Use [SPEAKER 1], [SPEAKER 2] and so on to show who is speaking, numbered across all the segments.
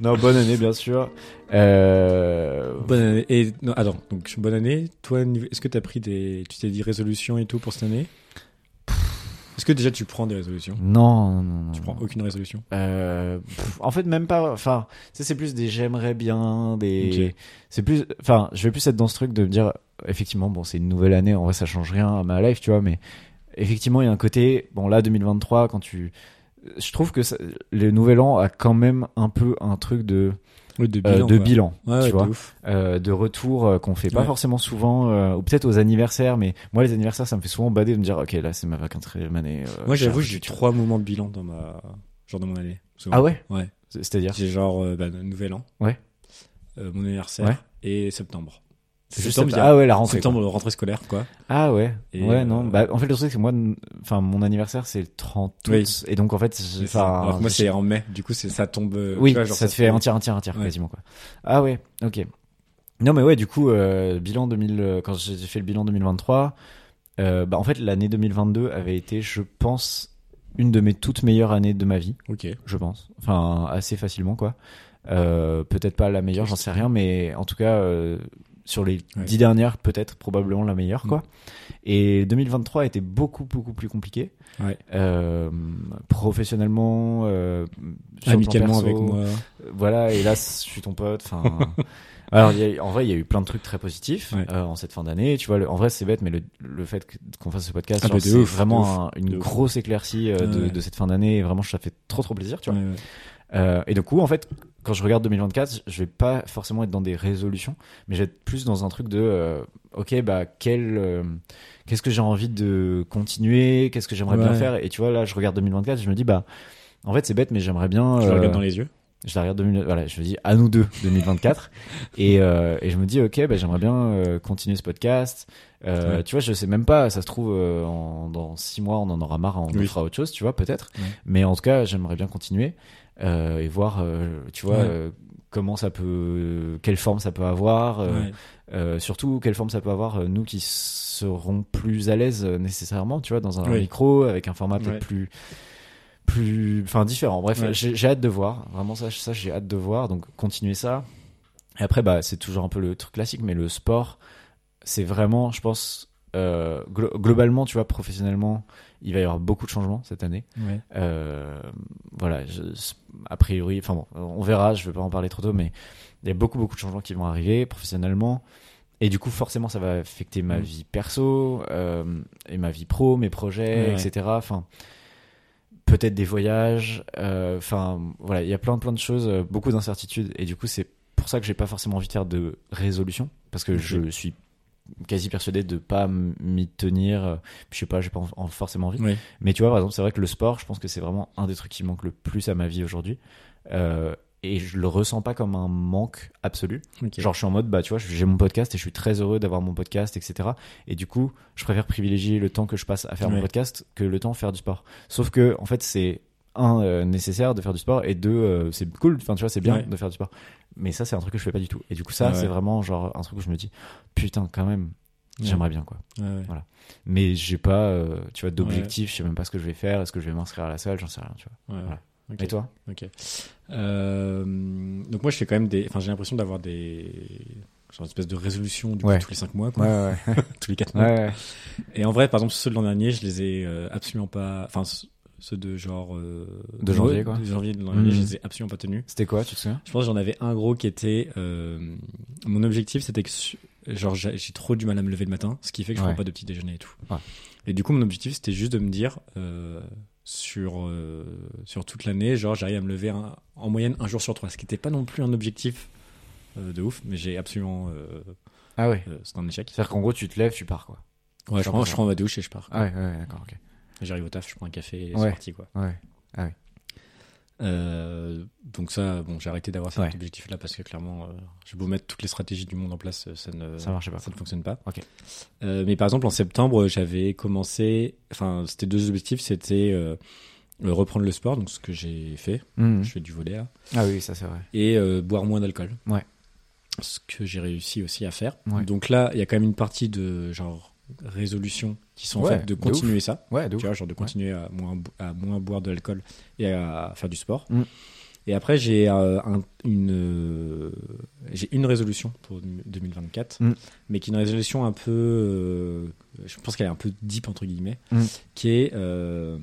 [SPEAKER 1] Non, bonne année, bien sûr. Euh,
[SPEAKER 2] Bonne année. Et non, ah, attends, donc bonne année. Toi, niveau- est-ce que t'as pris des, tu t'es dit résolutions et tout pour cette année Est-ce que déjà tu prends des résolutions
[SPEAKER 1] Non, non, non.
[SPEAKER 2] Tu prends aucune résolution
[SPEAKER 1] Euh, pff, en fait, même pas. Enfin, tu sais, c'est plus des j'aimerais bien, des. C'est plus. Enfin, je vais plus être dans ce truc de me dire, effectivement, bon, c'est une nouvelle année, en vrai, ça change rien à ma life, tu vois, mais effectivement, il y a un côté. Bon, là, 2023, quand tu. Je trouve que ça- le nouvel an a quand même un peu un truc de,
[SPEAKER 2] Ouais, De
[SPEAKER 1] euh,
[SPEAKER 2] bilan.
[SPEAKER 1] de
[SPEAKER 2] quoi.
[SPEAKER 1] bilan,
[SPEAKER 2] Ouais,
[SPEAKER 1] tu
[SPEAKER 2] ouais,
[SPEAKER 1] vois,
[SPEAKER 2] de ouf.
[SPEAKER 1] euh, de retour euh, qu'on fait pas
[SPEAKER 2] Ouais.
[SPEAKER 1] forcément souvent, euh, ou peut-être aux anniversaires, mais moi les anniversaires, ça me fait souvent bader de me dire, ok, là c'est ma 24e année. euh,
[SPEAKER 2] Moi, j'avoue,
[SPEAKER 1] j'ai-
[SPEAKER 2] j'ai eu trois moments de bilan dans ma, genre dans mon année. souvent.
[SPEAKER 1] Ah ouais,
[SPEAKER 2] Ouais.
[SPEAKER 1] C'est- c'est-à-dire
[SPEAKER 2] J'ai genre euh, bah, nouvel an.
[SPEAKER 1] Ouais.
[SPEAKER 2] Euh, mon anniversaire
[SPEAKER 1] Ouais.
[SPEAKER 2] et septembre.
[SPEAKER 1] Juste
[SPEAKER 2] septembre,
[SPEAKER 1] après-
[SPEAKER 2] il y a-
[SPEAKER 1] ah ouais, la rentrée.
[SPEAKER 2] septembre, rentrée scolaire, quoi.
[SPEAKER 1] Ah ouais.
[SPEAKER 2] Et,
[SPEAKER 1] ouais, non.
[SPEAKER 2] euh,
[SPEAKER 1] Bah, en fait, le truc, c'est que moi, n- enfin, mon anniversaire, c'est le 30 août.
[SPEAKER 2] Oui.
[SPEAKER 1] Et donc, en fait, j'ai-
[SPEAKER 2] C'est ça.
[SPEAKER 1] enfin,
[SPEAKER 2] Alors que moi,
[SPEAKER 1] j'ai-
[SPEAKER 2] c'est en mai. Du coup, c'est ça tombe. euh,
[SPEAKER 1] oui,
[SPEAKER 2] tu vois, genre,
[SPEAKER 1] ça te fait
[SPEAKER 2] un
[SPEAKER 1] entière, entière, entière,
[SPEAKER 2] Ouais.
[SPEAKER 1] quasiment, quoi. Ah ouais, ok. Non, mais ouais, du coup, euh, bilan 2000, euh, quand j'ai fait le bilan 2023, euh, bah, en fait, l'année 2022 avait été, je pense, une de mes toutes meilleures années de ma vie
[SPEAKER 2] Ok.
[SPEAKER 1] je pense. Enfin, assez facilement, quoi. Euh, peut-être pas la meilleure, j'en sais rien, mais en tout cas, euh, sur les
[SPEAKER 2] Ouais. Mm.
[SPEAKER 1] dix dernières, peut-être probablement la meilleure, quoi. Et 2023 a été beaucoup, beaucoup plus compliqué.
[SPEAKER 2] Ouais.
[SPEAKER 1] Euh, professionnellement, euh, sur le plan
[SPEAKER 2] Amicalement
[SPEAKER 1] perso,
[SPEAKER 2] avec moi.
[SPEAKER 1] euh, Voilà, et là, je suis ton pote. Enfin. Alors, il y a- en vrai, il y a eu plein de trucs très positifs
[SPEAKER 2] Ouais.
[SPEAKER 1] euh, en cette fin d'année. Tu vois, le- en vrai, c'est bête, mais le, le fait que- qu'on fasse ce podcast,
[SPEAKER 2] Ah,
[SPEAKER 1] genre,
[SPEAKER 2] bah, de
[SPEAKER 1] c'est
[SPEAKER 2] ouf, de
[SPEAKER 1] vraiment
[SPEAKER 2] ouf,
[SPEAKER 1] un- une
[SPEAKER 2] de ouf.
[SPEAKER 1] grosse éclaircie euh, de,
[SPEAKER 2] Ouais.
[SPEAKER 1] de cette fin d'année. Et vraiment, ça fait trop, trop plaisir, tu vois.
[SPEAKER 2] Ouais, ouais.
[SPEAKER 1] Euh, et du coup, en fait, quand je regarde 2024, je vais pas forcément être dans des résolutions, mais je vais être plus dans un truc de, euh, ok, bah, quel, euh, qu'est-ce que j'ai envie de continuer, qu'est-ce que j'aimerais bien
[SPEAKER 2] Ouais.
[SPEAKER 1] faire. Et tu vois, là, je regarde 2024, je me dis, bah, en fait, c'est bête, mais j'aimerais bien.
[SPEAKER 2] Je le
[SPEAKER 1] euh,
[SPEAKER 2] regarde dans les yeux.
[SPEAKER 1] je la regarde 2000 voilà, je me dis à nous deux 2024 et, euh, et je me dis ok bah, j'aimerais bien euh, continuer ce podcast Euh,
[SPEAKER 2] Ouais.
[SPEAKER 1] tu vois je sais même pas ça se trouve euh, en- dans six mois on en aura marre on
[SPEAKER 2] Oui.
[SPEAKER 1] fera autre chose tu vois peut-être
[SPEAKER 2] Ouais.
[SPEAKER 1] mais en tout cas j'aimerais bien continuer euh, et voir euh, tu vois
[SPEAKER 2] Ouais.
[SPEAKER 1] euh, comment ça peut quelle forme ça peut avoir euh,
[SPEAKER 2] Ouais.
[SPEAKER 1] euh, surtout quelle forme ça peut avoir euh, nous qui serons plus à l'aise euh, nécessairement tu vois dans un
[SPEAKER 2] Oui.
[SPEAKER 1] micro avec un format peut-être
[SPEAKER 2] Ouais.
[SPEAKER 1] plus plus enfin différent bref
[SPEAKER 2] Ouais.
[SPEAKER 1] j'ai j'ai hâte de voir vraiment ça ça j'ai hâte de voir donc continuer ça et après bah c'est toujours un peu le truc classique mais le sport c'est vraiment je pense euh, glo- globalement tu vois professionnellement il va y avoir beaucoup de changements cette année
[SPEAKER 2] Ouais.
[SPEAKER 1] euh, voilà, je- a priori, enfin bon, on verra, je vais pas en parler trop tôt, mais il y a beaucoup, beaucoup de changements qui vont arriver professionnellement. Et du coup, forcément, ça va affecter ma
[SPEAKER 2] Mm.
[SPEAKER 1] vie perso, euh, et ma vie pro, mes projets,
[SPEAKER 2] Ouais, ouais.
[SPEAKER 1] etc. Enfin, peut-être des voyages, euh, enfin, voilà, il y a plein, plein de choses, euh, beaucoup d'incertitudes. Et du coup, c'est pour ça que j'ai pas forcément envie de faire de résolution, parce que
[SPEAKER 2] Ok.
[SPEAKER 1] je suis quasi persuadé de pas m'y tenir. euh, Je sais pas, j'ai pas en- en- forcément envie.
[SPEAKER 2] Ouais.
[SPEAKER 1] Mais tu vois, par exemple, c'est vrai que le sport, je pense que c'est vraiment un des trucs qui manque le plus à ma vie aujourd'hui. Euh, et je le ressens pas comme un manque absolu.
[SPEAKER 2] Ok.
[SPEAKER 1] Genre, je suis en mode, bah, tu vois, j'ai mon podcast et je suis très heureux d'avoir mon podcast, etc. Et du coup, je préfère privilégier le temps que je passe à faire mon
[SPEAKER 2] Ouais.
[SPEAKER 1] podcast que le temps à faire du sport. Sauf que, en fait, c'est un euh, nécessaire de faire du sport et deux euh, c'est cool enfin tu vois c'est bien
[SPEAKER 2] Ouais. Ah
[SPEAKER 1] de faire du sport mais ça c'est un truc que je fais pas du tout et du coup ça
[SPEAKER 2] Ouais.
[SPEAKER 1] c'est vraiment genre un truc où je me dis putain quand même
[SPEAKER 2] Ouais.
[SPEAKER 1] j'aimerais bien quoi
[SPEAKER 2] Ouais, ouais.
[SPEAKER 1] mais j'ai pas euh, tu vois d'objectif je sais même pas ce que je vais faire est-ce que je vais m'inscrire à la salle j'en sais rien tu vois
[SPEAKER 2] Ouais, ouais.
[SPEAKER 1] Voilà.
[SPEAKER 2] Ok.
[SPEAKER 1] et toi
[SPEAKER 2] Ok. Euh, donc moi je fais quand même des. Enfin j'ai l'impression d'avoir des. Genre une espèce de résolution du coup,
[SPEAKER 1] Ouais.
[SPEAKER 2] tous les 5 mois, quoi.
[SPEAKER 1] ouais
[SPEAKER 2] tous les 4 mois.
[SPEAKER 1] ouais
[SPEAKER 2] Et en vrai, par exemple, ceux de l'an dernier, je les ai euh, absolument pas. Enfin, ce- ceux de genre. euh,
[SPEAKER 1] De janvier, quoi.
[SPEAKER 2] De janvier de l'an dernier,
[SPEAKER 1] Mhm.
[SPEAKER 2] je les ai absolument pas tenus.
[SPEAKER 1] c'était quoi tu te souviens
[SPEAKER 2] Je pense que j'en avais un gros qui était. euh, mon objectif, c'était que. su- Genre, j'ai j'ai trop du mal à me lever le matin, ce qui fait que je
[SPEAKER 1] Ouais.
[SPEAKER 2] prends pas de petit déjeuner et tout.
[SPEAKER 1] Ouais.
[SPEAKER 2] Et du coup, mon objectif, c'était juste de me dire. euh, sur, euh, sur toute l'année, genre, j'arrive à me lever un- en moyenne un jour sur trois, ce qui n'était pas non plus un objectif euh, de ouf, mais j'ai absolument. euh,
[SPEAKER 1] ah ouais
[SPEAKER 2] euh, c'est un échec.
[SPEAKER 1] c'est à dire qu'en gros tu te lèves tu pars quoi
[SPEAKER 2] Ouais, je prends, je prends ma douche et je pars.
[SPEAKER 1] ah ouais ouais d'accord ok
[SPEAKER 2] J'arrive au taf, je prends un café et
[SPEAKER 1] Ouais.
[SPEAKER 2] c'est parti quoi.
[SPEAKER 1] ouais
[SPEAKER 2] Euh, donc ça, bon, j'ai arrêté d'avoir cet
[SPEAKER 1] Ouais.
[SPEAKER 2] objectif-là parce que clairement, euh, j'ai beau mettre toutes les stratégies du monde en place, euh, ça ne,
[SPEAKER 1] ça marchait pas
[SPEAKER 2] ça ne fonctionne pas.
[SPEAKER 1] Ok.
[SPEAKER 2] Euh, mais par exemple, en septembre, j'avais commencé, enfin, c'était deux objectifs, c'était euh, euh, reprendre le sport, donc ce que j'ai fait,
[SPEAKER 1] Mhm.
[SPEAKER 2] je fais du volet là,
[SPEAKER 1] ah oui ça c'est vrai
[SPEAKER 2] et euh, boire moins d'alcool.
[SPEAKER 1] Ouais.
[SPEAKER 2] Ce que j'ai réussi aussi à faire.
[SPEAKER 1] Ouais.
[SPEAKER 2] Donc là, il y a quand même une partie de genre résolution qui sont en
[SPEAKER 1] Ouais,
[SPEAKER 2] fait de
[SPEAKER 1] de
[SPEAKER 2] continuer ça.
[SPEAKER 1] ouais de
[SPEAKER 2] tu vois, genre de continuer à, moins, bo- à moins boire de l'alcool et à faire du sport.
[SPEAKER 1] Mm.
[SPEAKER 2] Et après, j'ai euh, un- une, euh, j'ai une résolution pour 2024,
[SPEAKER 1] Mm.
[SPEAKER 2] mais qui est une résolution un peu. euh, je pense qu'elle est un peu deep, entre guillemets,
[SPEAKER 1] Mm.
[SPEAKER 2] qui est. euh,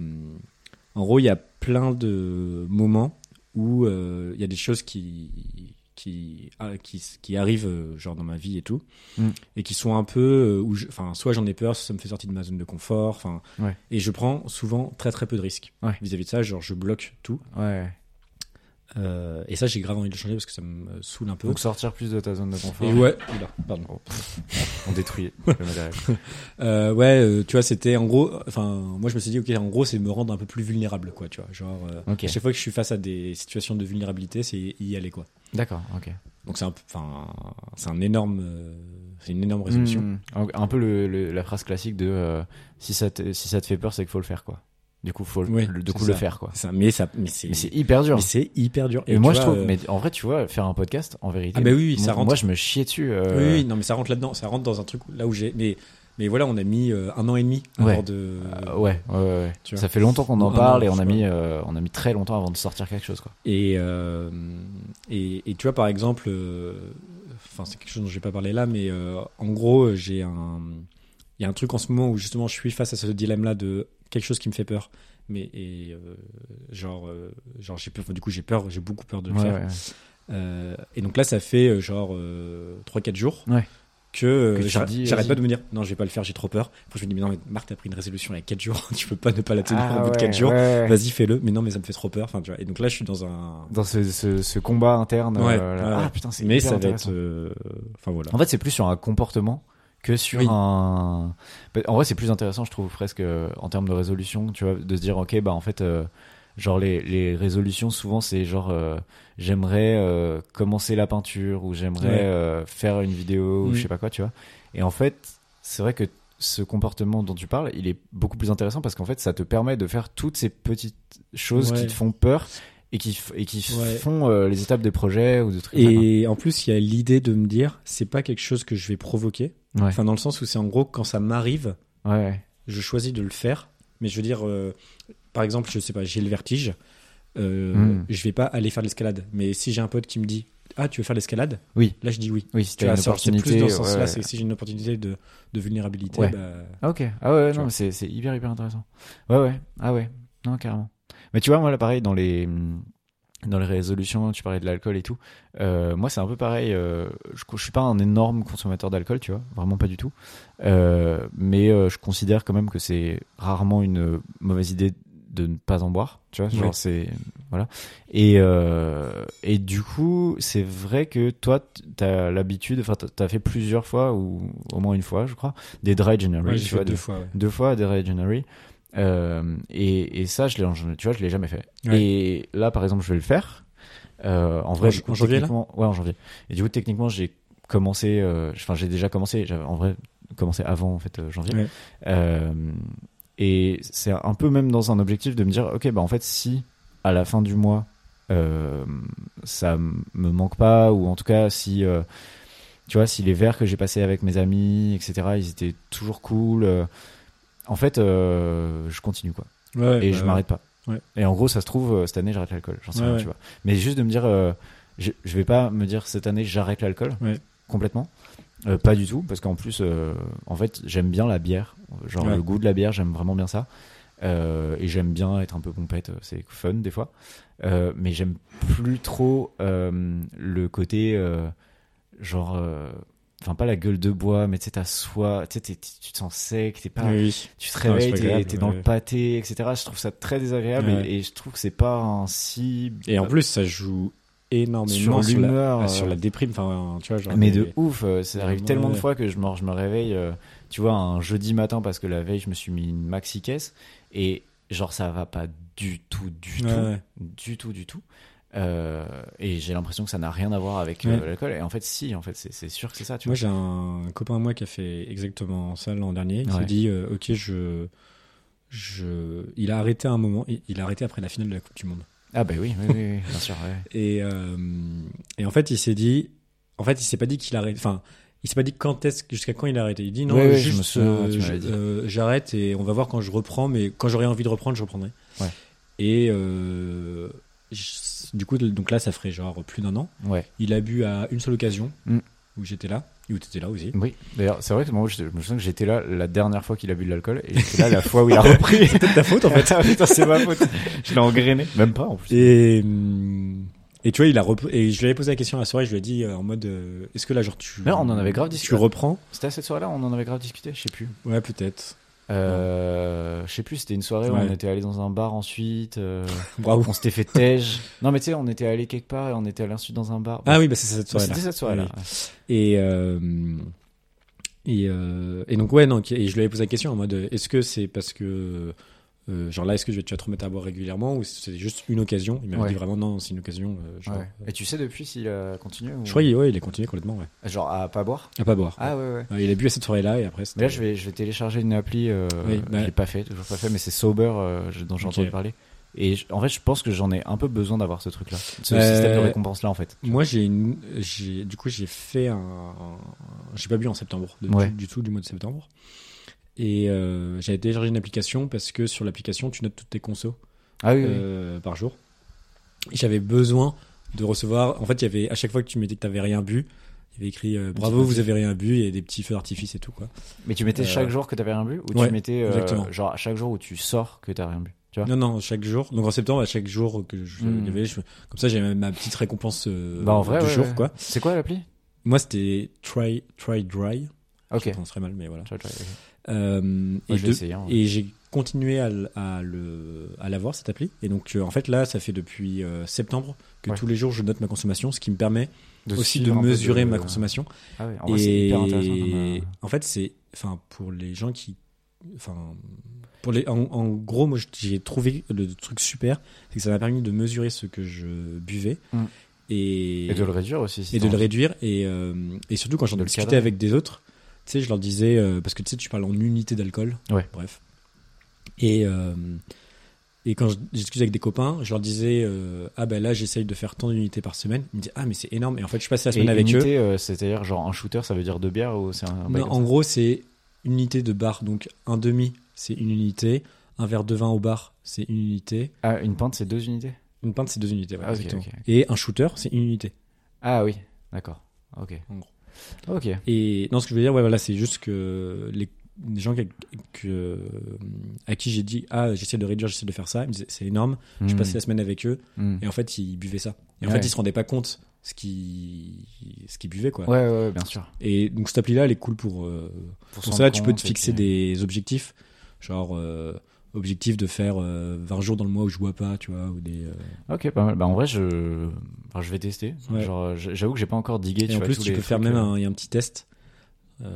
[SPEAKER 2] en gros, il y a plein de moments où euh, il y a des choses qui. Qui, ah, qui, qui arrivent euh, genre dans ma vie et tout
[SPEAKER 1] Mm.
[SPEAKER 2] et qui sont un peu euh, où je- enfin soit j'en ai peur soit ça me fait sortir de ma zone de confort enfin
[SPEAKER 1] Ouais.
[SPEAKER 2] et je prends souvent très très peu de risques
[SPEAKER 1] Ouais.
[SPEAKER 2] vis-à-vis de ça genre je bloque tout
[SPEAKER 1] Ouais.
[SPEAKER 2] euh, et ça, j'ai grave envie de le changer parce que ça me saoule un peu.
[SPEAKER 1] Donc sortir plus de ta zone de confort.
[SPEAKER 2] et ouais, Oula, pardon.
[SPEAKER 1] On détruit le matériel.
[SPEAKER 2] Euh, ouais, euh, tu vois, c'était en gros. Enfin, moi, je me suis dit, ok, en gros, c'est me rendre un peu plus vulnérable, quoi. Tu vois, genre, euh,
[SPEAKER 1] Ok.
[SPEAKER 2] à chaque fois que je suis face à des situations de vulnérabilité, c'est y aller, quoi.
[SPEAKER 1] D'accord, ok.
[SPEAKER 2] Donc c'est un, enfin, c'est un énorme, euh, c'est une énorme résolution.
[SPEAKER 1] Mm. Un peu le- le- la phrase classique de euh, si, ça te, si ça te fait peur, c'est qu'il faut le faire, quoi. Du coup, faut le-
[SPEAKER 2] Oui,
[SPEAKER 1] le, du
[SPEAKER 2] c'est
[SPEAKER 1] coup le
[SPEAKER 2] ça.
[SPEAKER 1] faire, quoi.
[SPEAKER 2] Ça- mais ça, mais c'est,
[SPEAKER 1] Hmm. Mais c'est hyper dur.
[SPEAKER 2] mais c'est hyper dur.
[SPEAKER 1] Et, moi,
[SPEAKER 2] tu
[SPEAKER 1] je
[SPEAKER 2] vois,
[SPEAKER 1] trouve.
[SPEAKER 2] euh,
[SPEAKER 1] Mais en vrai, tu vois, faire un podcast, en vérité.
[SPEAKER 2] Ah bah oui, oui,
[SPEAKER 1] moi,
[SPEAKER 2] ça rentre.
[SPEAKER 1] Moi, je me chiais dessus.
[SPEAKER 2] oui,
[SPEAKER 1] euh,
[SPEAKER 2] oui, non, mais ça rentre là-dedans. Ça rentre dans un truc là où j'ai. Mais, mais voilà, on a mis euh, un an et demi avant
[SPEAKER 1] Ouais.
[SPEAKER 2] de.
[SPEAKER 1] euh, ouais, ouais, ouais.
[SPEAKER 2] Tu vois.
[SPEAKER 1] Ça fait longtemps qu'on en
[SPEAKER 2] Un an,
[SPEAKER 1] parle et on
[SPEAKER 2] je
[SPEAKER 1] a
[SPEAKER 2] vois.
[SPEAKER 1] mis, euh, on a mis très longtemps avant de sortir quelque chose, quoi.
[SPEAKER 2] Et, euh, et, et tu vois, par exemple, euh, enfin, c'est quelque chose dont je vais pas parler là, mais euh, en gros, euh, j'ai un. Il y a un truc en ce moment où justement je suis face à ce dilemme-là de quelque chose qui me fait peur. Mais et, euh, genre, euh, genre j'ai peur, enfin, du coup, j'ai peur, j'ai beaucoup peur de le
[SPEAKER 1] Ouais,
[SPEAKER 2] faire.
[SPEAKER 1] ouais, ouais.
[SPEAKER 2] Euh, et donc là, ça fait euh, genre euh, 3-4 jours
[SPEAKER 1] Ouais.
[SPEAKER 2] que, euh,
[SPEAKER 1] Que tu te
[SPEAKER 2] j'arrête
[SPEAKER 1] dis,
[SPEAKER 2] j'arrête
[SPEAKER 1] vas-y.
[SPEAKER 2] pas de me dire non, je vais pas le faire, j'ai trop peur. Après, je me dis, mais non, mais Marc, t'as pris une résolution il y a 4 jours, tu peux pas ne pas la tenir
[SPEAKER 1] Ah
[SPEAKER 2] au bout de
[SPEAKER 1] ouais,
[SPEAKER 2] 4 jours.
[SPEAKER 1] ouais, ouais.
[SPEAKER 2] Vas-y, fais-le, mais non, mais ça me fait trop peur. Enfin, tu vois. Et donc là, je suis dans un.
[SPEAKER 1] Dans ce, ce, ce combat interne.
[SPEAKER 2] Ouais,
[SPEAKER 1] euh, là.
[SPEAKER 2] ouais, ouais.
[SPEAKER 1] Ah putain, c'est
[SPEAKER 2] mais
[SPEAKER 1] hyper
[SPEAKER 2] ça va être
[SPEAKER 1] intéressant.
[SPEAKER 2] euh, enfin voilà
[SPEAKER 1] En fait, c'est plus sur un comportement que sur
[SPEAKER 2] Oui.
[SPEAKER 1] un. Bah, En vrai, c'est plus intéressant, je trouve, presque euh, en termes de résolution, tu vois, de se dire, ok, bah en fait, euh, genre les, les résolutions, souvent, c'est genre, euh, j'aimerais euh, commencer la peinture ou j'aimerais
[SPEAKER 2] Ouais.
[SPEAKER 1] euh, faire une vidéo ou
[SPEAKER 2] Mm.
[SPEAKER 1] je sais pas quoi, tu vois. Et en fait, c'est vrai que ce comportement dont tu parles, il est beaucoup plus intéressant parce qu'en fait, ça te permet de faire toutes ces petites choses
[SPEAKER 2] Ouais.
[SPEAKER 1] qui te font peur et qui, f- et qui f-
[SPEAKER 2] Ouais.
[SPEAKER 1] font euh, les étapes des projets ou de trucs. comme
[SPEAKER 2] et en plus il y a l'idée de me dire c'est pas quelque chose que je vais provoquer
[SPEAKER 1] Ouais.
[SPEAKER 2] enfin dans le sens où c'est en gros quand ça m'arrive
[SPEAKER 1] ça. Ouais, ouais.
[SPEAKER 2] je choisis de le faire mais je veux dire euh, par exemple je sais pas j'ai le vertige euh,
[SPEAKER 1] Mm.
[SPEAKER 2] je vais pas aller faire de l'escalade mais si j'ai un pote qui me dit ah tu veux faire de l'escalade
[SPEAKER 1] Oui.
[SPEAKER 2] là je dis oui
[SPEAKER 1] Oui, si
[SPEAKER 2] tu
[SPEAKER 1] t'as
[SPEAKER 2] vois
[SPEAKER 1] une
[SPEAKER 2] c'est c'est
[SPEAKER 1] opportunité.
[SPEAKER 2] plus dans ce sens
[SPEAKER 1] ouais,
[SPEAKER 2] là
[SPEAKER 1] ouais.
[SPEAKER 2] c'est que si j'ai une opportunité de, de vulnérabilité
[SPEAKER 1] Ouais.
[SPEAKER 2] bah,
[SPEAKER 1] Ah, ok. Ah ouais,
[SPEAKER 2] Tu
[SPEAKER 1] non,
[SPEAKER 2] vois.
[SPEAKER 1] mais c'est c'est hyper, hyper intéressant. Ouais, ouais. Ah ouais. Non, carrément. Mais tu vois, moi, là, pareil, dans les, dans les résolutions, tu parlais de l'alcool et tout. Euh, moi, c'est un peu pareil. euh, je, je suis pas un énorme consommateur d'alcool, tu vois. Vraiment pas du tout. Euh, mais euh, je considère quand même que c'est rarement une mauvaise idée de ne pas en boire. Tu vois, genre,
[SPEAKER 2] Ouais.
[SPEAKER 1] c'est. Voilà. Et, euh, et du coup, c'est vrai que toi, t- t'as l'habitude, enfin, t'as- t'as fait plusieurs fois, ou au moins une fois, je crois, des dry January.
[SPEAKER 2] ouais,
[SPEAKER 1] tu
[SPEAKER 2] j'ai
[SPEAKER 1] vois,
[SPEAKER 2] fait deux
[SPEAKER 1] des-
[SPEAKER 2] fois ouais.
[SPEAKER 1] deux fois des January. Euh, et, et ça, je l'ai, je- tu vois, je l'ai jamais fait.
[SPEAKER 2] Ouais.
[SPEAKER 1] Et là, par exemple, je vais le faire. Euh, en vrai,
[SPEAKER 2] En-
[SPEAKER 1] du coup,
[SPEAKER 2] en janvier, là
[SPEAKER 1] techniquement- ouais, en janvier. Et du coup, techniquement, j'ai commencé, euh, enfin, j'ai déjà commencé. J'avais en vrai commencé avant en fait euh, janvier.
[SPEAKER 2] Ouais.
[SPEAKER 1] Euh, et c'est un peu même dans un objectif de me dire, ok, bah en fait, si à la fin du mois, euh, ça m- me manque pas, ou en tout cas, si euh, tu vois, si les verres que j'ai passés avec mes amis, etc., ils étaient toujours cool. euh, en fait, euh, je continue quoi.
[SPEAKER 2] Ouais,
[SPEAKER 1] et
[SPEAKER 2] bah,
[SPEAKER 1] je m'arrête pas.
[SPEAKER 2] ouais.
[SPEAKER 1] Et en gros, ça se trouve, euh, cette année, j'arrête l'alcool. J'en sais
[SPEAKER 2] Ouais,
[SPEAKER 1] rien,
[SPEAKER 2] ouais.
[SPEAKER 1] tu vois. Mais juste de me dire, euh, je, je vais pas me dire cette année, j'arrête l'alcool
[SPEAKER 2] Ouais.
[SPEAKER 1] complètement. Euh, pas du tout, parce qu'en plus, euh, en fait, j'aime bien la bière. Genre
[SPEAKER 2] Ouais.
[SPEAKER 1] le goût de la bière, j'aime vraiment bien ça. Euh, et j'aime bien être un peu pompette, euh, c'est fun des fois. Euh, mais j'aime plus trop euh, le côté euh, genre. euh, Enfin, pas la gueule de bois, mais tu sais, t'as soif, tu sais, t'es- tu te sens sec, t'es pas
[SPEAKER 2] oui, oui.
[SPEAKER 1] tu te
[SPEAKER 2] Non, c'est
[SPEAKER 1] réveilles,
[SPEAKER 2] pas
[SPEAKER 1] t'es
[SPEAKER 2] agréable,
[SPEAKER 1] t'es dans
[SPEAKER 2] ouais.
[SPEAKER 1] le pâté, etc. Je trouve ça très désagréable
[SPEAKER 2] Ouais.
[SPEAKER 1] et, et je trouve que c'est pas un si
[SPEAKER 2] et en plus ça joue énormément
[SPEAKER 1] Euh, sur
[SPEAKER 2] sur la-
[SPEAKER 1] l'humeur.
[SPEAKER 2] Ah,
[SPEAKER 1] euh,
[SPEAKER 2] sur la déprime, enfin, tu vois, genre.
[SPEAKER 1] Mais
[SPEAKER 2] des-
[SPEAKER 1] de ouf, euh, ça arrive
[SPEAKER 2] Ouais.
[SPEAKER 1] tellement de fois que je me, je me réveille, euh, tu vois, un jeudi matin parce que la veille je me suis mis une maxi caisse et genre ça va pas du tout, du
[SPEAKER 2] Ouais, ouais.
[SPEAKER 1] tout, du tout, du tout. Euh, et j'ai l'impression que ça n'a rien à voir avec euh,
[SPEAKER 2] Ouais.
[SPEAKER 1] l'alcool. Et en fait, si, en fait, c'est c'est sûr que c'est ça, tu
[SPEAKER 2] Moi, j'ai un copain à moi qui a fait exactement ça l'an dernier. Il
[SPEAKER 1] Ouais.
[SPEAKER 2] s'est dit, euh, ok, je, je, il a arrêté à un moment. Il, il a arrêté après la finale de la Coupe du Monde.
[SPEAKER 1] vois. Ah, bah oui, oui, oui, oui, bien sûr, ouais.
[SPEAKER 2] Et, euh, et en fait, il s'est dit, en fait, il s'est pas dit qu'il arrête. Enfin, il s'est pas dit quand est-ce, jusqu'à quand il a arrêté. Il dit non,
[SPEAKER 1] Ouais, ouais, je me
[SPEAKER 2] juste,
[SPEAKER 1] souviens,
[SPEAKER 2] euh,
[SPEAKER 1] tu
[SPEAKER 2] je-
[SPEAKER 1] m'avais dit.
[SPEAKER 2] euh, j'arrête et on va voir quand je reprends. Mais quand j'aurai envie de reprendre, je reprendrai.
[SPEAKER 1] Ouais.
[SPEAKER 2] Et euh, je- du coup, donc là, ça ferait genre plus d'un an.
[SPEAKER 1] Ouais.
[SPEAKER 2] Il a bu à une seule occasion
[SPEAKER 1] Mm.
[SPEAKER 2] où j'étais là, et où t'étais là aussi.
[SPEAKER 1] Oui. D'ailleurs, c'est vrai que moi, je, je me souviens que j'étais là la dernière fois qu'il a bu de l'alcool et j'étais là la fois où il a repris.
[SPEAKER 2] C'est peut-être ta faute en fait.
[SPEAKER 1] Ah, putain, c'est ma faute. Je l'ai engrainé. Même pas en plus.
[SPEAKER 2] Et, hum, et tu vois, il a repris- et je lui avais posé la question à la soirée, je lui ai dit euh, en mode euh, est-ce que là, genre, tu.
[SPEAKER 1] Non, on en avait grave
[SPEAKER 2] Tu
[SPEAKER 1] discuté.
[SPEAKER 2] reprends
[SPEAKER 1] C'était à cette soirée-là, on en avait grave discuté, je sais plus.
[SPEAKER 2] Ouais, peut-être.
[SPEAKER 1] Euh, je sais plus, c'était une soirée où
[SPEAKER 2] Ouais.
[SPEAKER 1] on était allé dans un bar ensuite. euh,
[SPEAKER 2] Bravo.
[SPEAKER 1] on s'était fait tège. Non, mais tu sais, on était allé quelque part et on était à l'insu dans un bar.
[SPEAKER 2] Ah oui, bah c'est cette
[SPEAKER 1] Mais
[SPEAKER 2] soirée-là.
[SPEAKER 1] C'était cette soirée-là.
[SPEAKER 2] Et, euh, et, euh, et donc, ouais, non, et je lui avais posé la question en mode est-ce que c'est parce que. euh, genre là, est-ce que je vais- tu vas te remettre à boire régulièrement ou c'est juste une occasion Il m'a
[SPEAKER 1] Ouais.
[SPEAKER 2] dit vraiment non, c'est une occasion. euh, genre,
[SPEAKER 1] Ouais. Et tu sais depuis s'il a continué ou...
[SPEAKER 2] Je crois qu'il ouais, il a continué complètement, ouais.
[SPEAKER 1] Genre à pas boire
[SPEAKER 2] À pas boire.
[SPEAKER 1] Ah ouais, ouais.
[SPEAKER 2] Ouais, il a bu à cette soirée-là et après. c'était-
[SPEAKER 1] Mais là, je vais, je vais télécharger une appli. Euh,
[SPEAKER 2] Oui,
[SPEAKER 1] je
[SPEAKER 2] bah-
[SPEAKER 1] l'ai pas fait, toujours pas fait, mais c'est Sober euh, je- dont j'ai
[SPEAKER 2] Ok.
[SPEAKER 1] entendu parler. Et je- en fait, je pense que j'en ai un peu besoin d'avoir ce truc-là. Ce
[SPEAKER 2] Euh,
[SPEAKER 1] système de récompense-là, en fait.
[SPEAKER 2] Moi, j'ai, une- j'ai, du coup, j'ai fait un, un- j'ai pas bu en septembre, de-
[SPEAKER 1] Ouais.
[SPEAKER 2] du, du tout du mois de septembre. Et euh, j'avais téléchargé une application parce que sur l'application, tu notes toutes tes consos
[SPEAKER 1] Ah oui, oui.
[SPEAKER 2] euh, par jour. Et j'avais besoin de recevoir. En fait, il y avait à chaque fois que tu mettais que t'avais rien bu, il y avait écrit euh, bravo,
[SPEAKER 1] petit
[SPEAKER 2] vous avez rien bu et des petits feux d'artifice et tout quoi.
[SPEAKER 1] Mais tu mettais
[SPEAKER 2] euh,
[SPEAKER 1] chaque jour que t'avais rien bu Ou
[SPEAKER 2] ouais,
[SPEAKER 1] tu mettais, euh,
[SPEAKER 2] exactement.
[SPEAKER 1] genre, à chaque jour où tu sors que t'as rien bu Tu vois
[SPEAKER 2] Non, non, chaque jour. Donc en septembre, à chaque jour que je
[SPEAKER 1] Mm.
[SPEAKER 2] il y avait, je- comme ça, j'avais ma petite récompense euh,
[SPEAKER 1] Bah, en vrai,
[SPEAKER 2] du
[SPEAKER 1] ouais,
[SPEAKER 2] jour
[SPEAKER 1] ouais.
[SPEAKER 2] quoi.
[SPEAKER 1] C'est quoi l'appli
[SPEAKER 2] Moi, c'était try, try dry.
[SPEAKER 1] Ok.
[SPEAKER 2] Je prononce très mal, mais voilà.
[SPEAKER 1] Try, try, ok.
[SPEAKER 2] Euh,
[SPEAKER 1] Moi,
[SPEAKER 2] et,
[SPEAKER 1] je vais
[SPEAKER 2] de-
[SPEAKER 1] essayer, hein.
[SPEAKER 2] et j'ai continué à, l- à le, à l'avoir cette appli. Et donc, euh, en fait, là, ça fait depuis euh, septembre que
[SPEAKER 1] Ouais.
[SPEAKER 2] tous les jours je note ma consommation, ce qui me permet
[SPEAKER 1] De
[SPEAKER 2] aussi de
[SPEAKER 1] suivre un peu
[SPEAKER 2] mesurer
[SPEAKER 1] de-
[SPEAKER 2] ma consommation.
[SPEAKER 1] Ah ouais, en vrai, c'est
[SPEAKER 2] et
[SPEAKER 1] hyper intéressant. comme, euh,
[SPEAKER 2] en fait, c'est, enfin, pour les gens qui, enfin, pour les, en, en gros, moi, j'ai trouvé le truc super, c'est que ça m'a permis de mesurer ce que je buvais
[SPEAKER 1] Mm.
[SPEAKER 2] et,
[SPEAKER 1] Et de le réduire aussi. si
[SPEAKER 2] et
[SPEAKER 1] t'as
[SPEAKER 2] de le
[SPEAKER 1] envie.
[SPEAKER 2] réduire et, euh, et surtout quand j'en
[SPEAKER 1] De le
[SPEAKER 2] discutais
[SPEAKER 1] cadrer.
[SPEAKER 2] avec des autres tu sais je leur disais euh, parce que tu sais tu parles en unité d'alcool
[SPEAKER 1] Ouais.
[SPEAKER 2] bref et euh, et quand je discutais avec des copains je leur disais euh, ah ben là j'essaye de faire tant d'unités par semaine ils me disaient ah mais c'est énorme et en fait je passais la semaine
[SPEAKER 1] Et
[SPEAKER 2] avec eux
[SPEAKER 1] unité, euh, C'est-à-dire, genre, un shooter, ça veut dire deux bières ou c'est un. bail
[SPEAKER 2] Non,
[SPEAKER 1] comme
[SPEAKER 2] en
[SPEAKER 1] ça
[SPEAKER 2] gros c'est une unité de bar donc un demi c'est une unité un verre de vin au bar c'est une unité
[SPEAKER 1] Ah, une pinte, c'est deux unités
[SPEAKER 2] une pinte c'est deux unités voilà,
[SPEAKER 1] Ah, ok,
[SPEAKER 2] exactement.
[SPEAKER 1] ok, ok.
[SPEAKER 2] et un shooter c'est une unité
[SPEAKER 1] Ah oui, d'accord. Ok.
[SPEAKER 2] En gros.
[SPEAKER 1] Ok.
[SPEAKER 2] Et non, ce que je veux dire, ouais, voilà, c'est juste que les, les gens qui- que- à qui j'ai dit ah j'essaie de réduire, j'essaie de faire ça, ils me disaient, c'est énorme. Je
[SPEAKER 1] Hmm,
[SPEAKER 2] passais la semaine avec eux
[SPEAKER 1] hmm.
[SPEAKER 2] et en fait ils buvaient ça. Et en
[SPEAKER 1] Ouais.
[SPEAKER 2] fait ils se rendaient pas compte ce qui ce qu'ils buvaient quoi.
[SPEAKER 1] Ouais, ouais, ouais, bien sûr.
[SPEAKER 2] Et donc cette appli là, elle est cool pour euh, pour
[SPEAKER 1] s'en
[SPEAKER 2] ça. Tu peux
[SPEAKER 1] rendre
[SPEAKER 2] te
[SPEAKER 1] compte,
[SPEAKER 2] fixer
[SPEAKER 1] et puis-
[SPEAKER 2] des objectifs, genre euh, objectif de faire euh, 20 jours dans le mois où je bois pas, tu vois, ou des. euh,
[SPEAKER 1] Ok, pas mal. Bah, en vrai, je, enfin, je vais tester.
[SPEAKER 2] Ouais.
[SPEAKER 1] Genre, euh, j- j'avoue que j'ai pas encore digué.
[SPEAKER 2] Et,
[SPEAKER 1] tu
[SPEAKER 2] en
[SPEAKER 1] vois,
[SPEAKER 2] plus
[SPEAKER 1] tous
[SPEAKER 2] tu
[SPEAKER 1] les
[SPEAKER 2] peux faire
[SPEAKER 1] trucs,
[SPEAKER 2] même
[SPEAKER 1] euh,
[SPEAKER 2] un, il y a un petit test. euh,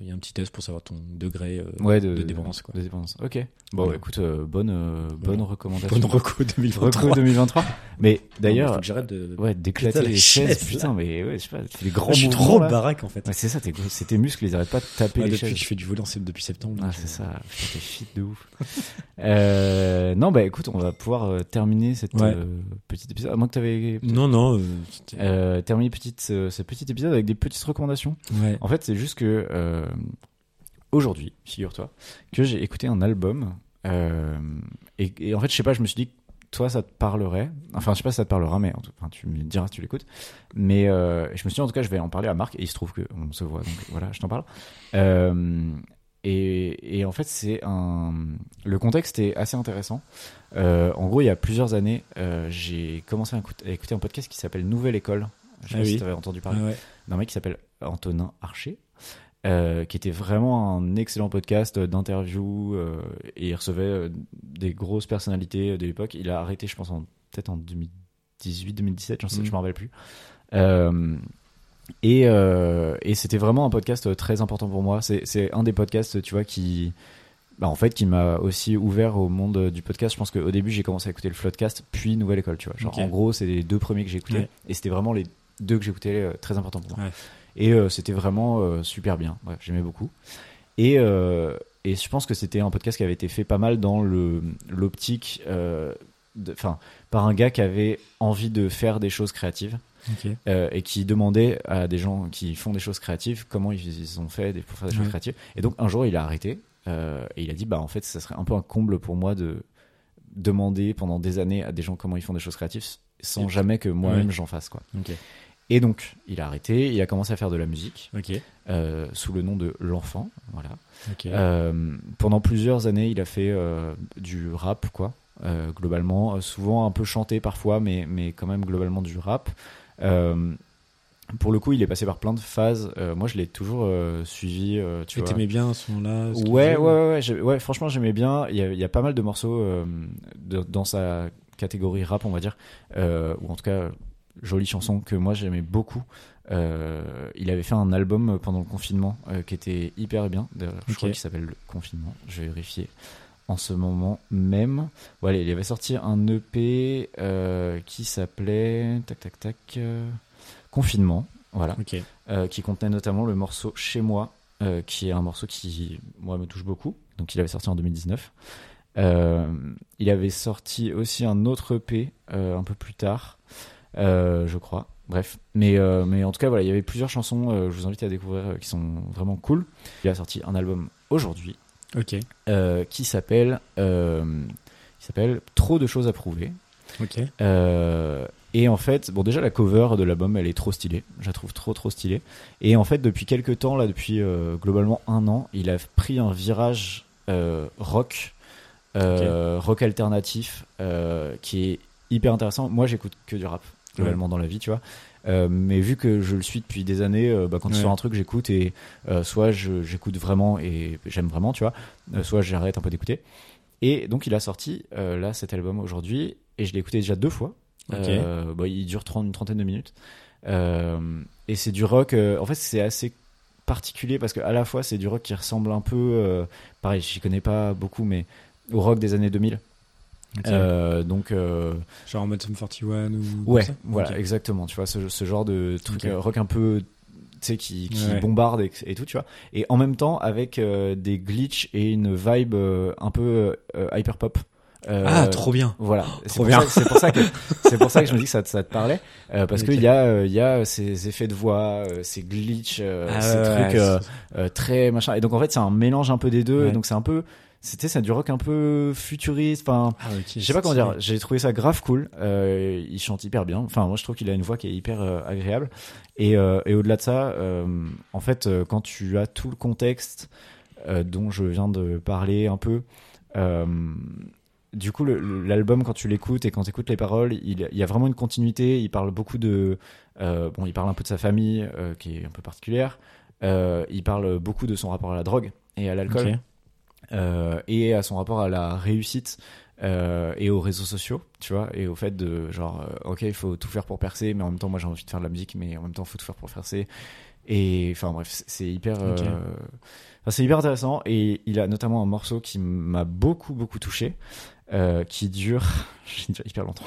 [SPEAKER 2] Il y a un petit test pour savoir ton degré euh,
[SPEAKER 1] Ouais, de,
[SPEAKER 2] de dépendance, quoi.
[SPEAKER 1] de dépendance. Ok. Bon,
[SPEAKER 2] Voilà.
[SPEAKER 1] écoute, euh, bonne, euh, bonne
[SPEAKER 2] Voilà.
[SPEAKER 1] recommandation.
[SPEAKER 2] Bonne reco 2023.
[SPEAKER 1] Reco 2023. Mais
[SPEAKER 2] Faut
[SPEAKER 1] d'ailleurs,
[SPEAKER 2] que j'arrête de.
[SPEAKER 1] ouais, d'éclater
[SPEAKER 2] Putain, les
[SPEAKER 1] les chaises,
[SPEAKER 2] chaises,
[SPEAKER 1] putain, mais ouais, Ah, je sais pas, t'es des grands
[SPEAKER 2] je suis
[SPEAKER 1] mouvements,
[SPEAKER 2] trop
[SPEAKER 1] là.
[SPEAKER 2] baraque en fait.
[SPEAKER 1] Ouais, c'est ça, tes, gros- c'est tes muscles, ils arrêtent pas de taper
[SPEAKER 2] Ouais,
[SPEAKER 1] les
[SPEAKER 2] depuis que
[SPEAKER 1] chaises.
[SPEAKER 2] je fais du volant, c'est depuis septembre.
[SPEAKER 1] Ah,
[SPEAKER 2] donc, euh,
[SPEAKER 1] c'est ça, putain, t'es fit de ouf. Euh, non, bah écoute, on va pouvoir euh, terminer cette
[SPEAKER 2] Ouais.
[SPEAKER 1] euh, petite épisode. À moins que t'avais
[SPEAKER 2] euh, Non, non. euh, c'était-
[SPEAKER 1] euh, terminé petite, euh, ce petit épisode avec des petites recommandations.
[SPEAKER 2] ouais.
[SPEAKER 1] En fait, c'est juste que euh, aujourd'hui, figure-toi, que j'ai écouté un album. euh, et, et en fait, je sais pas, je me suis dit que toi, ça te parlerait. Enfin, je sais pas si ça te parlera, mais en tout, enfin, tu me diras si tu l'écoutes. Mais euh, je me suis dit, en tout cas, je vais en parler à Marc. Et il se trouve qu'on se voit, donc voilà, je t'en parle. Euh, et, et en fait, c'est un. Le contexte est assez intéressant. Euh, en gros, il y a plusieurs années, euh, j'ai commencé à écout- à écouter un podcast qui s'appelle Nouvelle École. Je sais
[SPEAKER 2] Ah
[SPEAKER 1] pas si
[SPEAKER 2] oui.
[SPEAKER 1] tu avais entendu
[SPEAKER 2] Ah
[SPEAKER 1] parler
[SPEAKER 2] ouais.
[SPEAKER 1] d'un mec qui s'appelle Antonin Archer, euh, qui était vraiment un excellent podcast euh, d'interview euh, et il recevait euh, des grosses personnalités euh, de l'époque. Il a arrêté, je pense, en- peut-être en 2018, 2017, j'en sais,
[SPEAKER 2] Mm.
[SPEAKER 1] je me rappelle plus. Euh, et euh, et c'était vraiment un podcast euh, très important pour moi. C'est c'est un des podcasts, tu vois, qui. bah, en fait, qui m'a aussi ouvert au monde euh, du podcast. Je pense qu'au début, j'ai commencé à écouter le Floodcast, puis Nouvelle École, tu vois. Genre,
[SPEAKER 2] Ok.
[SPEAKER 1] en gros, c'est les deux premiers que j'ai écoutés.
[SPEAKER 2] Ouais.
[SPEAKER 1] Et c'était vraiment les deux que j'écoutais, euh, très importants pour moi.
[SPEAKER 2] Ouais.
[SPEAKER 1] Et euh, c'était vraiment euh, super bien. Bref, j'aimais beaucoup. Et, euh, et je pense que c'était un podcast qui avait été fait pas mal dans le l'optique, euh, de- enfin, par un gars qui avait envie de faire des choses créatives
[SPEAKER 2] Ok.
[SPEAKER 1] euh, et qui demandait à des gens qui font des choses créatives comment ils, ils ont fait des- pour faire des choses
[SPEAKER 2] Ouais.
[SPEAKER 1] créatives. Et donc un jour, il a arrêté euh, et il a dit bah en fait, ça serait un peu un comble pour moi de demander pendant des années à des gens comment ils font des choses créatives sans
[SPEAKER 2] Et-
[SPEAKER 1] jamais que moi-même
[SPEAKER 2] Ouais.
[SPEAKER 1] j'en fasse quoi.
[SPEAKER 2] Ok.
[SPEAKER 1] Et donc il a arrêté, il a commencé à faire de la musique
[SPEAKER 2] Ok.
[SPEAKER 1] euh, sous le nom de l'enfant, voilà.
[SPEAKER 2] Ok.
[SPEAKER 1] Euh, pendant plusieurs années, il a fait euh, du rap, quoi, euh, globalement. Euh, souvent un peu chanté parfois, mais, mais quand même globalement du rap. Euh, pour le coup, il est passé par plein de phases. Euh, moi, je l'ai toujours euh, suivi, euh, tu
[SPEAKER 2] tu
[SPEAKER 1] vois.
[SPEAKER 2] t'aimais bien à ce moment-là ce qu'il
[SPEAKER 1] Ouais, ouais,
[SPEAKER 2] faisait,
[SPEAKER 1] ouais, ouais, j'ai- ouais, franchement, j'aimais bien. Il y, a, il y a pas mal de morceaux euh, de- dans sa catégorie rap, on va dire, euh, ou en tout cas, euh, jolie chanson que moi j'aimais beaucoup. Euh, il avait fait un album pendant le confinement euh, qui était hyper bien. D'ailleurs, Je
[SPEAKER 2] Ok.
[SPEAKER 1] crois qu'il s'appelle Le Confinement. Je vais vérifier en ce moment même. Voilà, il avait sorti un EP euh, qui s'appelait tac tac tac euh, Confinement. Voilà
[SPEAKER 2] Ok.
[SPEAKER 1] euh, qui contenait notamment le morceau Chez moi, euh, qui est un morceau qui, moi, me touche beaucoup. Donc, il avait sorti en 2019. Euh, il avait sorti aussi un autre EP euh, un peu plus tard, euh, je crois. Bref, mais, euh, mais en tout cas, voilà, il y avait plusieurs chansons, euh, je vous invite à découvrir, euh, qui sont vraiment cool. Il a sorti un album aujourd'hui
[SPEAKER 2] Ok.
[SPEAKER 1] euh, qui s'appelle euh, qui s'appelle Trop de choses à prouver.
[SPEAKER 2] Ok.
[SPEAKER 1] Euh, et en fait, bon, déjà la cover de l'album, elle est trop stylée. Je la trouve trop trop stylée. Et en fait, depuis quelques temps, là, depuis euh, globalement un an, il a pris un virage euh, rock, euh, rock alternatif, euh, qui est hyper intéressant. Moi, j'écoute que du rap globalement dans la vie, tu vois. Euh, mais vu que je le suis depuis des années, euh, bah, quand il
[SPEAKER 2] Ouais.
[SPEAKER 1] sort un truc, j'écoute et euh, soit je- j'écoute vraiment et j'aime vraiment, tu vois, euh, soit j'arrête un peu d'écouter. Et donc il a sorti euh, là cet album aujourd'hui et je l'ai écouté déjà deux fois.
[SPEAKER 2] Ok.
[SPEAKER 1] Euh, bon, il dure 30, une trentaine de minutes. Euh, et c'est du rock. euh, en fait, c'est assez particulier parce que à la fois c'est du rock qui ressemble un peu, euh, pareil, j'y connais pas beaucoup, mais au rock des années 2000.
[SPEAKER 2] Ok.
[SPEAKER 1] Euh, donc euh,
[SPEAKER 2] Genre en mode Sum 41 ou. comme
[SPEAKER 1] ouais,
[SPEAKER 2] ça
[SPEAKER 1] voilà,
[SPEAKER 2] Ok.
[SPEAKER 1] exactement. Tu vois ce, ce genre de truc
[SPEAKER 2] Ok.
[SPEAKER 1] euh, rock un peu, tu sais, qui, qui
[SPEAKER 2] Ouais.
[SPEAKER 1] bombarde et, et tout, tu vois. Et en même temps avec euh, des glitches et une vibe euh, un peu hyper pop. Euh,
[SPEAKER 2] Ah, trop bien.
[SPEAKER 1] Voilà, c'est
[SPEAKER 2] trop
[SPEAKER 1] pour,
[SPEAKER 2] bien.
[SPEAKER 1] ça- c'est pour ça que c'est pour ça que je me dis que ça, te- ça te parlait euh, parce
[SPEAKER 2] Ok.
[SPEAKER 1] qu'il y a euh, il y a ces effets de voix, euh, ces glitches, euh,
[SPEAKER 2] Ah,
[SPEAKER 1] ces
[SPEAKER 2] ouais,
[SPEAKER 1] trucs
[SPEAKER 2] ouais,
[SPEAKER 1] euh,
[SPEAKER 2] c'est-
[SPEAKER 1] euh, très machin. Et donc en fait c'est un mélange un peu des deux.
[SPEAKER 2] Ouais.
[SPEAKER 1] Et donc c'est un peu c'était ça du rock un peu futuriste. Enfin
[SPEAKER 2] Ah, ok,
[SPEAKER 1] je sais pas comment dire. J'ai trouvé ça grave cool. Euh, il chante hyper bien. Enfin moi je trouve qu'il a une voix qui est hyper euh, agréable. Et euh, et au-delà de ça, euh, en fait euh, quand tu as tout le contexte euh, dont je viens de parler un peu. euh, du coup, le- le- l'album, quand tu l'écoutes et quand tu écoutes les paroles, il, il y a vraiment une continuité. Il parle beaucoup de. euh, bon, il parle un peu de sa famille, euh, qui est un peu particulière. Euh, il parle beaucoup de son rapport à la drogue et à l'alcool.
[SPEAKER 2] Ok.
[SPEAKER 1] Euh, et à son rapport à la réussite euh, et aux réseaux sociaux, tu vois, et au fait de genre, euh, ok, il faut tout faire pour percer, mais en même temps, moi j'ai envie de faire de la musique, mais en même temps, il faut tout faire pour percer. Et enfin bref, c'est- c'est hyper, euh,
[SPEAKER 2] Ok.
[SPEAKER 1] enfin, c'est hyper intéressant. Et il a notamment un morceau qui m'a beaucoup beaucoup touché, euh, qui dure, j'ai dure hyper longtemps,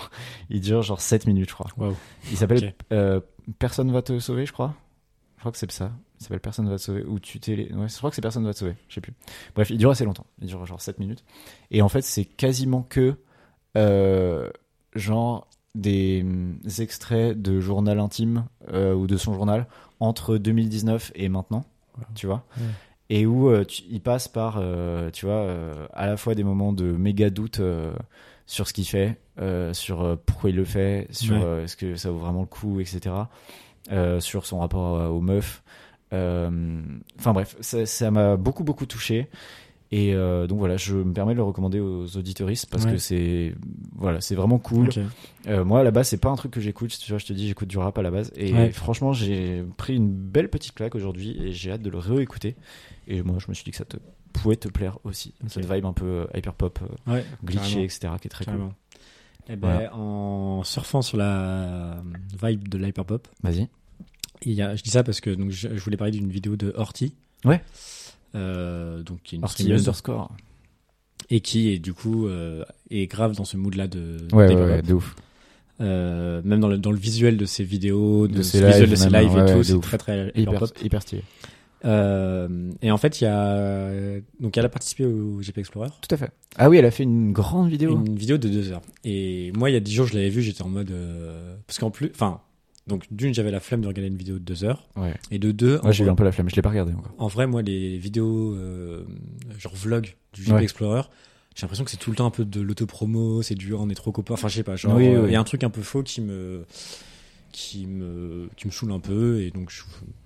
[SPEAKER 1] il dure genre 7 minutes, je crois.
[SPEAKER 2] Waouh.
[SPEAKER 1] Il s'appelle
[SPEAKER 2] Ok.
[SPEAKER 1] euh, Personne va te sauver, je crois. Je crois que c'est ça. Il s'appelle Personne va te sauver. Ou tu t'es. Ouais, je crois que c'est Personne va te sauver. Je sais plus. Bref, il dure assez longtemps. Il dure genre 7 minutes. Et en fait, c'est quasiment que. euh, genre des hum, extraits de journal intime euh, ou de son journal entre 2019 et maintenant,
[SPEAKER 2] Wow.
[SPEAKER 1] tu vois.
[SPEAKER 2] Ouais.
[SPEAKER 1] Et où euh, tu- il passe par, euh, tu vois, euh, à la fois des moments de méga doute euh, sur ce qu'il fait, euh, sur euh, pourquoi il le fait, sur
[SPEAKER 2] Ouais.
[SPEAKER 1] euh, est-ce que ça vaut vraiment le coup, etc. euh, sur son rapport euh, aux meufs. Euh, Enfin bref, ça ça m'a beaucoup beaucoup touché. Et euh, donc voilà, je me permets de le recommander aux auditoristes parce
[SPEAKER 2] Ouais.
[SPEAKER 1] que c'est voilà, c'est vraiment cool.
[SPEAKER 2] Ok.
[SPEAKER 1] Euh, moi à la base c'est pas un truc que j'écoute tu vois je te dis j'écoute du rap à la base et
[SPEAKER 2] Ouais.
[SPEAKER 1] franchement j'ai pris une belle petite claque aujourd'hui et j'ai hâte de le réécouter et moi je me suis dit que ça te pouvait te plaire aussi
[SPEAKER 2] Ok.
[SPEAKER 1] cette vibe un peu euh, hyper pop
[SPEAKER 2] Ouais.
[SPEAKER 1] glitché
[SPEAKER 2] carrément.
[SPEAKER 1] etc qui est très
[SPEAKER 2] Carrément. Eh ben,
[SPEAKER 1] Voilà.
[SPEAKER 2] en surfant sur la euh, vibe de l'hyperpop,
[SPEAKER 1] cool vas-y
[SPEAKER 2] il y a- je dis ça parce que donc, je, je voulais parler d'une vidéo de Horty.
[SPEAKER 1] Ouais.
[SPEAKER 2] Euh, donc, qui est une
[SPEAKER 1] Orti
[SPEAKER 2] streameuse
[SPEAKER 1] underscore
[SPEAKER 2] et qui est du coup euh, est grave dans ce mood-là de
[SPEAKER 1] ouais ouais, ouais,
[SPEAKER 2] d'hyperpop.
[SPEAKER 1] de ouf
[SPEAKER 2] Euh, même dans le, dans le visuel de ses vidéos,
[SPEAKER 1] De
[SPEAKER 2] de
[SPEAKER 1] ses
[SPEAKER 2] ses visuel
[SPEAKER 1] lives,
[SPEAKER 2] de ses
[SPEAKER 1] même,
[SPEAKER 2] lives
[SPEAKER 1] ouais,
[SPEAKER 2] et
[SPEAKER 1] ouais, de
[SPEAKER 2] tout, c'est
[SPEAKER 1] ouf.
[SPEAKER 2] très très
[SPEAKER 1] hyper,
[SPEAKER 2] hyperpop.
[SPEAKER 1] hyper stylé
[SPEAKER 2] Euh, et en fait, il y a donc elle a participé au GP Explorer.
[SPEAKER 1] tout à fait ah oui elle a fait une grande vidéo
[SPEAKER 2] Une vidéo de deux heures. Et moi, il y a dix jours, je l'avais vue, j'étais en mode. euh, parce qu'en plus. Enfin, donc d'une, j'avais la flemme de regarder une vidéo de deux heures.
[SPEAKER 1] ouais
[SPEAKER 2] Et de deux,
[SPEAKER 1] moi
[SPEAKER 2] en,
[SPEAKER 1] Ah, j'ai eu
[SPEAKER 2] vrai,
[SPEAKER 1] un peu la flemme je l'ai pas regardé encore
[SPEAKER 2] en vrai, moi, les vidéos, euh, genre vlog du GP
[SPEAKER 1] Ouais.
[SPEAKER 2] Explorer, j'ai l'impression que c'est tout le temps un peu de l'autopromo, c'est dur, on est trop copains. Enfin, je sais pas, genre,
[SPEAKER 1] Oui,
[SPEAKER 2] euh, il
[SPEAKER 1] oui.
[SPEAKER 2] y a un truc un peu faux qui me qui me qui me saoule un peu et donc je-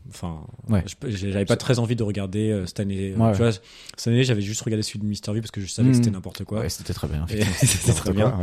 [SPEAKER 2] enfin
[SPEAKER 1] Ouais.
[SPEAKER 2] je- j'avais pas très envie de regarder euh, cette année euh,
[SPEAKER 1] Ouais.
[SPEAKER 2] tu vois cette année j'avais juste regardé celui de Mister V parce que je savais
[SPEAKER 1] Mhm.
[SPEAKER 2] que c'était n'importe quoi
[SPEAKER 1] Ouais, c'était très bien.
[SPEAKER 2] Et c'était très bien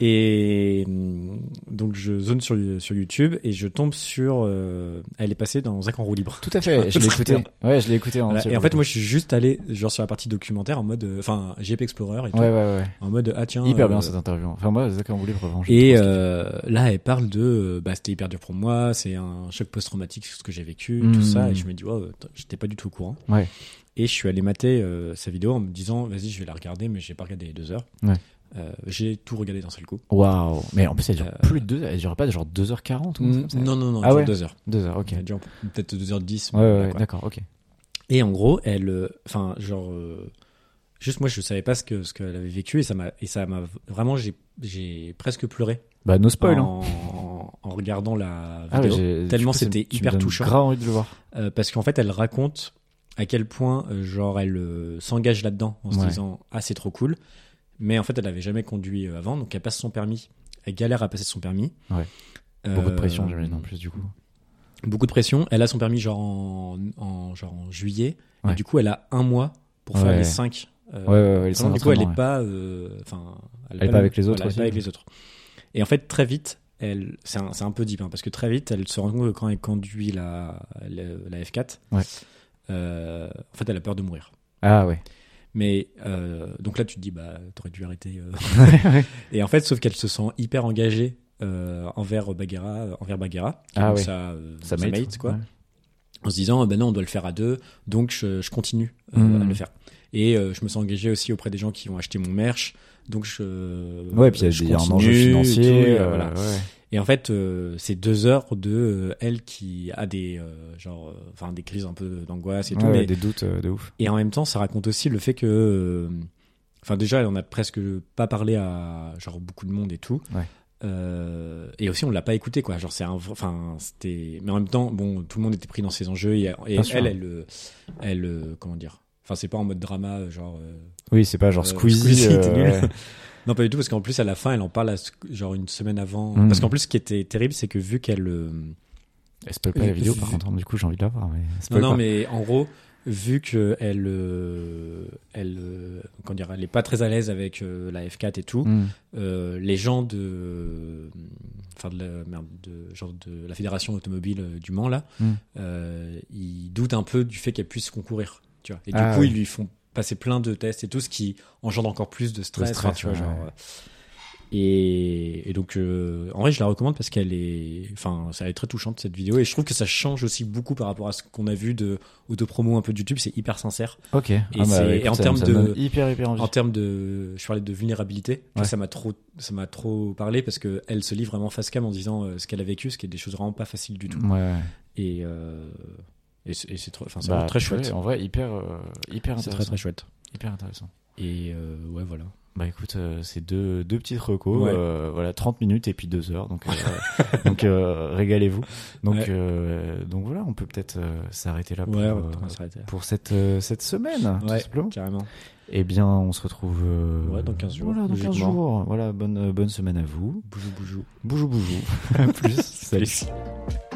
[SPEAKER 2] et hum, donc je zone sur, sur YouTube et je tombe sur. euh, elle est passée dans Zach en roue libre.
[SPEAKER 1] Tout à fait, je l'ai écouté. Ouais, je l'ai écouté en
[SPEAKER 2] Voilà. Et en fait, moi, je suis juste allé genre sur la partie documentaire en mode, euh, enfin, GP Explorer et tout,
[SPEAKER 1] Ouais, ouais,
[SPEAKER 2] en mode ah tiens.
[SPEAKER 1] ouais. Hyper bien
[SPEAKER 2] euh,
[SPEAKER 1] cette interview. Enfin, moi, Zach en voulait revanche.
[SPEAKER 2] Et euh, là, elle parle de euh, bah c'était hyper dur pour moi, c'est un choc post-traumatique, c'est ce que j'ai vécu,
[SPEAKER 1] Mhm.
[SPEAKER 2] tout ça. Et je me dis wow, attends, j'étais pas du tout au courant.
[SPEAKER 1] Ouais.
[SPEAKER 2] Et je suis allé mater euh, sa vidéo en me disant vas-y, je vais la regarder, mais j'ai pas regardé les deux heures.
[SPEAKER 1] Ouais.
[SPEAKER 2] Euh, j'ai tout regardé d'un seul coup.
[SPEAKER 1] Waouh. Mais en plus, elle dure
[SPEAKER 2] Euh,
[SPEAKER 1] plus de deux, elle dure pas genre 2h40 ou un truc comme ça.
[SPEAKER 2] Non, non, non,
[SPEAKER 1] Ah
[SPEAKER 2] genre
[SPEAKER 1] ouais.
[SPEAKER 2] deux heures.
[SPEAKER 1] Deux heures, ok.
[SPEAKER 2] Elle dure peut-être 2h10.
[SPEAKER 1] Ouais, ouais, ouais, d'accord, ok.
[SPEAKER 2] Et en gros, elle. euh, Enfin, genre. euh, juste moi, je savais pas ce qu'elle ce qu'elle avait vécu et ça m'a. et ça m'a Vraiment, j'ai- j'ai presque pleuré
[SPEAKER 1] Bah, no spoil, hein.
[SPEAKER 2] en, en regardant la
[SPEAKER 1] Ah ouais,
[SPEAKER 2] vidéo.
[SPEAKER 1] j'ai-
[SPEAKER 2] Tellement
[SPEAKER 1] du coup, ça me-
[SPEAKER 2] c'était
[SPEAKER 1] tu me
[SPEAKER 2] hyper
[SPEAKER 1] donnes
[SPEAKER 2] touchant.
[SPEAKER 1] grave envie de le voir.
[SPEAKER 2] Euh, parce qu'en fait, elle raconte à quel point, euh, genre, elle euh, s'engage là-dedans en se
[SPEAKER 1] Ouais.
[SPEAKER 2] disant Ah, c'est trop cool. Mais en fait, elle n'avait jamais conduit euh, avant, donc elle passe son permis. Elle galère à passer son permis.
[SPEAKER 1] Ouais. Beaucoup de
[SPEAKER 2] Euh,
[SPEAKER 1] pression, j'imagine, en plus, du coup.
[SPEAKER 2] beaucoup de pression. Elle a son permis genre en, en- genre en juillet.
[SPEAKER 1] Ouais.
[SPEAKER 2] Et du coup, elle a un mois pour faire
[SPEAKER 1] Ouais.
[SPEAKER 2] les cinq. euh,
[SPEAKER 1] Ouais, ouais, ouais, les cinq
[SPEAKER 2] du coup, elle n'est
[SPEAKER 1] entraînements,
[SPEAKER 2] pas, euh, enfin,
[SPEAKER 1] Elle est pas avec les autres
[SPEAKER 2] voilà, elle est
[SPEAKER 1] aussi,
[SPEAKER 2] pas avec
[SPEAKER 1] ouais.
[SPEAKER 2] les autres. Et en fait, très vite, elle, c'est un, c'est un peu deep, hein, parce que très vite, elle se rend compte que quand elle conduit la, la, la F4,
[SPEAKER 1] Ouais.
[SPEAKER 2] euh, en fait, elle a peur de mourir.
[SPEAKER 1] Ah ouais.
[SPEAKER 2] Mais euh, donc là, tu te dis, bah, t'aurais dû arrêter. euh.
[SPEAKER 1] Ah Ouais.
[SPEAKER 2] Et en fait, sauf qu'elle se sent hyper engagée euh, envers Bagheera, euh, envers Bagheera, qui est
[SPEAKER 1] Ah
[SPEAKER 2] donc
[SPEAKER 1] ouais.
[SPEAKER 2] sa, euh,
[SPEAKER 1] Ça
[SPEAKER 2] sa
[SPEAKER 1] m'aide.
[SPEAKER 2] mate, quoi
[SPEAKER 1] Ouais.
[SPEAKER 2] en se disant, ben non, on doit le faire à deux, donc je, je continue euh,
[SPEAKER 1] Mhm.
[SPEAKER 2] à le faire. Et euh, je me sens engagé aussi auprès des gens qui ont acheté mon merch, donc je.
[SPEAKER 1] Ouais, puis il y a
[SPEAKER 2] je
[SPEAKER 1] des- il y a un
[SPEAKER 2] continue,
[SPEAKER 1] enjeu
[SPEAKER 2] tout,
[SPEAKER 1] financier.
[SPEAKER 2] et,
[SPEAKER 1] euh,
[SPEAKER 2] voilà.
[SPEAKER 1] ouais.
[SPEAKER 2] Et en fait, euh, c'est deux heures de euh, elle qui a des euh, genre, euh, enfin des crises un peu d'angoisse et tout,
[SPEAKER 1] Ouais,
[SPEAKER 2] mais-
[SPEAKER 1] ouais, Des doutes euh, de ouf.
[SPEAKER 2] et en même temps, ça raconte aussi le fait que, euh, enfin déjà, elle en a presque pas parlé à genre beaucoup de monde et tout.
[SPEAKER 1] Ouais.
[SPEAKER 2] Euh, et aussi, on l'a pas écouté quoi. Genre c'est un, vrai- enfin c'était, mais en même temps, bon, tout le monde était pris dans ses enjeux et, et
[SPEAKER 1] Bien
[SPEAKER 2] elle,
[SPEAKER 1] sûr.
[SPEAKER 2] elle, euh, elle, euh, comment dire. Enfin, c'est pas en mode drama, euh, genre. euh,
[SPEAKER 1] Oui, c'est pas genre
[SPEAKER 2] euh,
[SPEAKER 1] Squeezie.
[SPEAKER 2] t'es
[SPEAKER 1] euh,
[SPEAKER 2] nul.
[SPEAKER 1] ouais.
[SPEAKER 2] non, pas du tout, parce qu'en plus, à la fin, elle en parle à ce- genre une semaine avant.
[SPEAKER 1] Mhm.
[SPEAKER 2] Parce qu'en plus, ce qui était terrible, c'est que vu qu'elle. euh,
[SPEAKER 1] Elle spoil pas la
[SPEAKER 2] Je-
[SPEAKER 1] vidéo, par contre, hein, du coup, j'ai envie de la voir. Mais
[SPEAKER 2] Non,
[SPEAKER 1] spoil
[SPEAKER 2] non,
[SPEAKER 1] pas.
[SPEAKER 2] mais en gros, vu que elle, euh, elle, euh, comment dire, elle est pas très à l'aise avec euh, la F4 et tout,
[SPEAKER 1] Mm.
[SPEAKER 2] euh, les gens de, enfin de la merde, de genre de la fédération automobile euh, du Mans là,
[SPEAKER 1] Mm.
[SPEAKER 2] euh, ils doutent un peu du fait qu'elle puisse concourir, tu vois. Et
[SPEAKER 1] Ah,
[SPEAKER 2] du coup,
[SPEAKER 1] ouais.
[SPEAKER 2] ils lui font passer plein de tests et tout, ce qui engendre encore plus de stress,
[SPEAKER 1] De stress,
[SPEAKER 2] enfin, tu vois,
[SPEAKER 1] ouais,
[SPEAKER 2] genre.
[SPEAKER 1] ouais.
[SPEAKER 2] euh, Et, et donc, euh, en vrai, je la recommande parce qu'elle est, enfin, ça est très touchante cette vidéo et je trouve que ça change aussi beaucoup par rapport à ce qu'on a vu de autopromo un peu de YouTube. C'est hyper sincère.
[SPEAKER 1] Ok. Ah bah, Et,
[SPEAKER 2] c'est- et en termes de-
[SPEAKER 1] Hyper, hyper envie.
[SPEAKER 2] En termes de, je parlais de vulnérabilité, tu vois,
[SPEAKER 1] Ouais.
[SPEAKER 2] ça m'a trop, ça m'a trop parlé parce que elle se livre vraiment face cam en disant euh, ce qu'elle a vécu, ce qui est des choses vraiment pas faciles du tout.
[SPEAKER 1] Ouais, ouais.
[SPEAKER 2] Et, euh, et c'est et c'est trop, enfin, c'est
[SPEAKER 1] Bah,
[SPEAKER 2] vraiment très
[SPEAKER 1] purée,
[SPEAKER 2] chouette.
[SPEAKER 1] En vrai, hyper, euh, hyper
[SPEAKER 2] C'est très
[SPEAKER 1] intéressant.
[SPEAKER 2] très chouette.
[SPEAKER 1] Hyper intéressant.
[SPEAKER 2] Et euh, ouais, voilà.
[SPEAKER 1] Bah écoute, euh, c'est deux, deux petites recos,
[SPEAKER 2] Ouais.
[SPEAKER 1] euh, voilà, 30 minutes et puis 2 heures, donc, euh, donc euh, régalez-vous. Donc,
[SPEAKER 2] Ouais.
[SPEAKER 1] euh, donc voilà, on peut peut-être euh, s'arrêter là pour,
[SPEAKER 2] Ouais,
[SPEAKER 1] euh,
[SPEAKER 2] on va s'arrêter là.
[SPEAKER 1] pour cette, euh, cette semaine, tout
[SPEAKER 2] Ouais.
[SPEAKER 1] simplement.
[SPEAKER 2] Carrément.
[SPEAKER 1] Eh bien, on se retrouve euh,
[SPEAKER 2] Ouais, dans 15 jours,
[SPEAKER 1] Voilà, dans 15
[SPEAKER 2] logiquement.
[SPEAKER 1] jours. Voilà, bonne, euh, bonne semaine à vous.
[SPEAKER 2] Boujou boujou.
[SPEAKER 1] Boujou, boujou. À plus. Salut.
[SPEAKER 2] Plus.